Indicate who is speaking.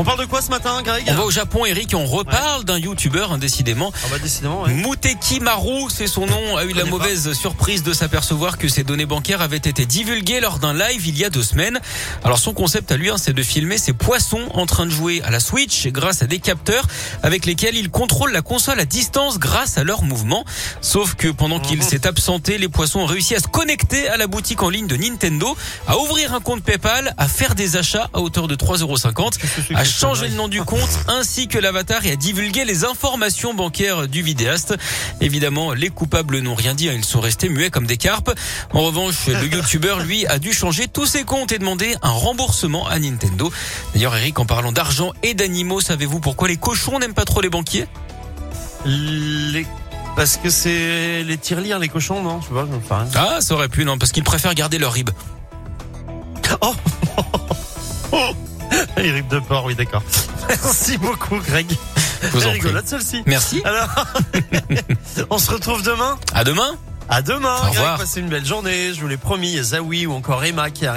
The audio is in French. Speaker 1: On parle de quoi ce matin, Greg
Speaker 2: On va au Japon, Eric, et on reparle d'un youtubeur, hein, décidément.
Speaker 1: Ah bah décidément, ouais.
Speaker 2: Muteki Maru, c'est son nom, a eu la
Speaker 1: connais
Speaker 2: mauvaise surprise de s'apercevoir que ses données bancaires avaient été divulguées lors d'un live il y a deux semaines. Alors son concept à lui, hein, c'est de filmer ses poissons en train de jouer à la Switch grâce à des capteurs avec lesquels il contrôle la console à distance grâce à leur mouvement. Sauf que pendant
Speaker 1: Mhm.
Speaker 2: qu'il s'est absenté, les poissons ont réussi à se connecter à la boutique en ligne de Nintendo, à ouvrir un compte PayPal, à faire des achats à hauteur de 3,50€, à changer le nom du compte ainsi que l'avatar et à divulguer les informations bancaires du vidéaste. Évidemment, les coupables n'ont rien dit, hein, ils sont restés muets comme des carpes. En revanche, le youtubeur, lui, a dû changer tous ses comptes et demander un remboursement à Nintendo. D'ailleurs, Eric, en parlant d'argent et d'animaux, savez-vous pourquoi les cochons n'aiment pas trop les banquiers
Speaker 1: Les... Parce que c'est les tirelires, les cochons, non Je sais pas, je me fais rien.
Speaker 2: Ah, ça aurait pu, non, parce qu'ils préfèrent garder leur rib.
Speaker 1: Oh Il rip de porc, oui, d'accord. Merci beaucoup, Greg.
Speaker 2: Je vous
Speaker 1: Elle
Speaker 2: en prie.
Speaker 1: rigolade celle-ci.
Speaker 2: Merci.
Speaker 1: Alors, on se retrouve demain
Speaker 2: À demain
Speaker 1: À demain,
Speaker 2: Au revoir.
Speaker 1: Greg, passez une belle journée. Je vous l'ai promis, il y a Zawi ou encore Emma qui arrive.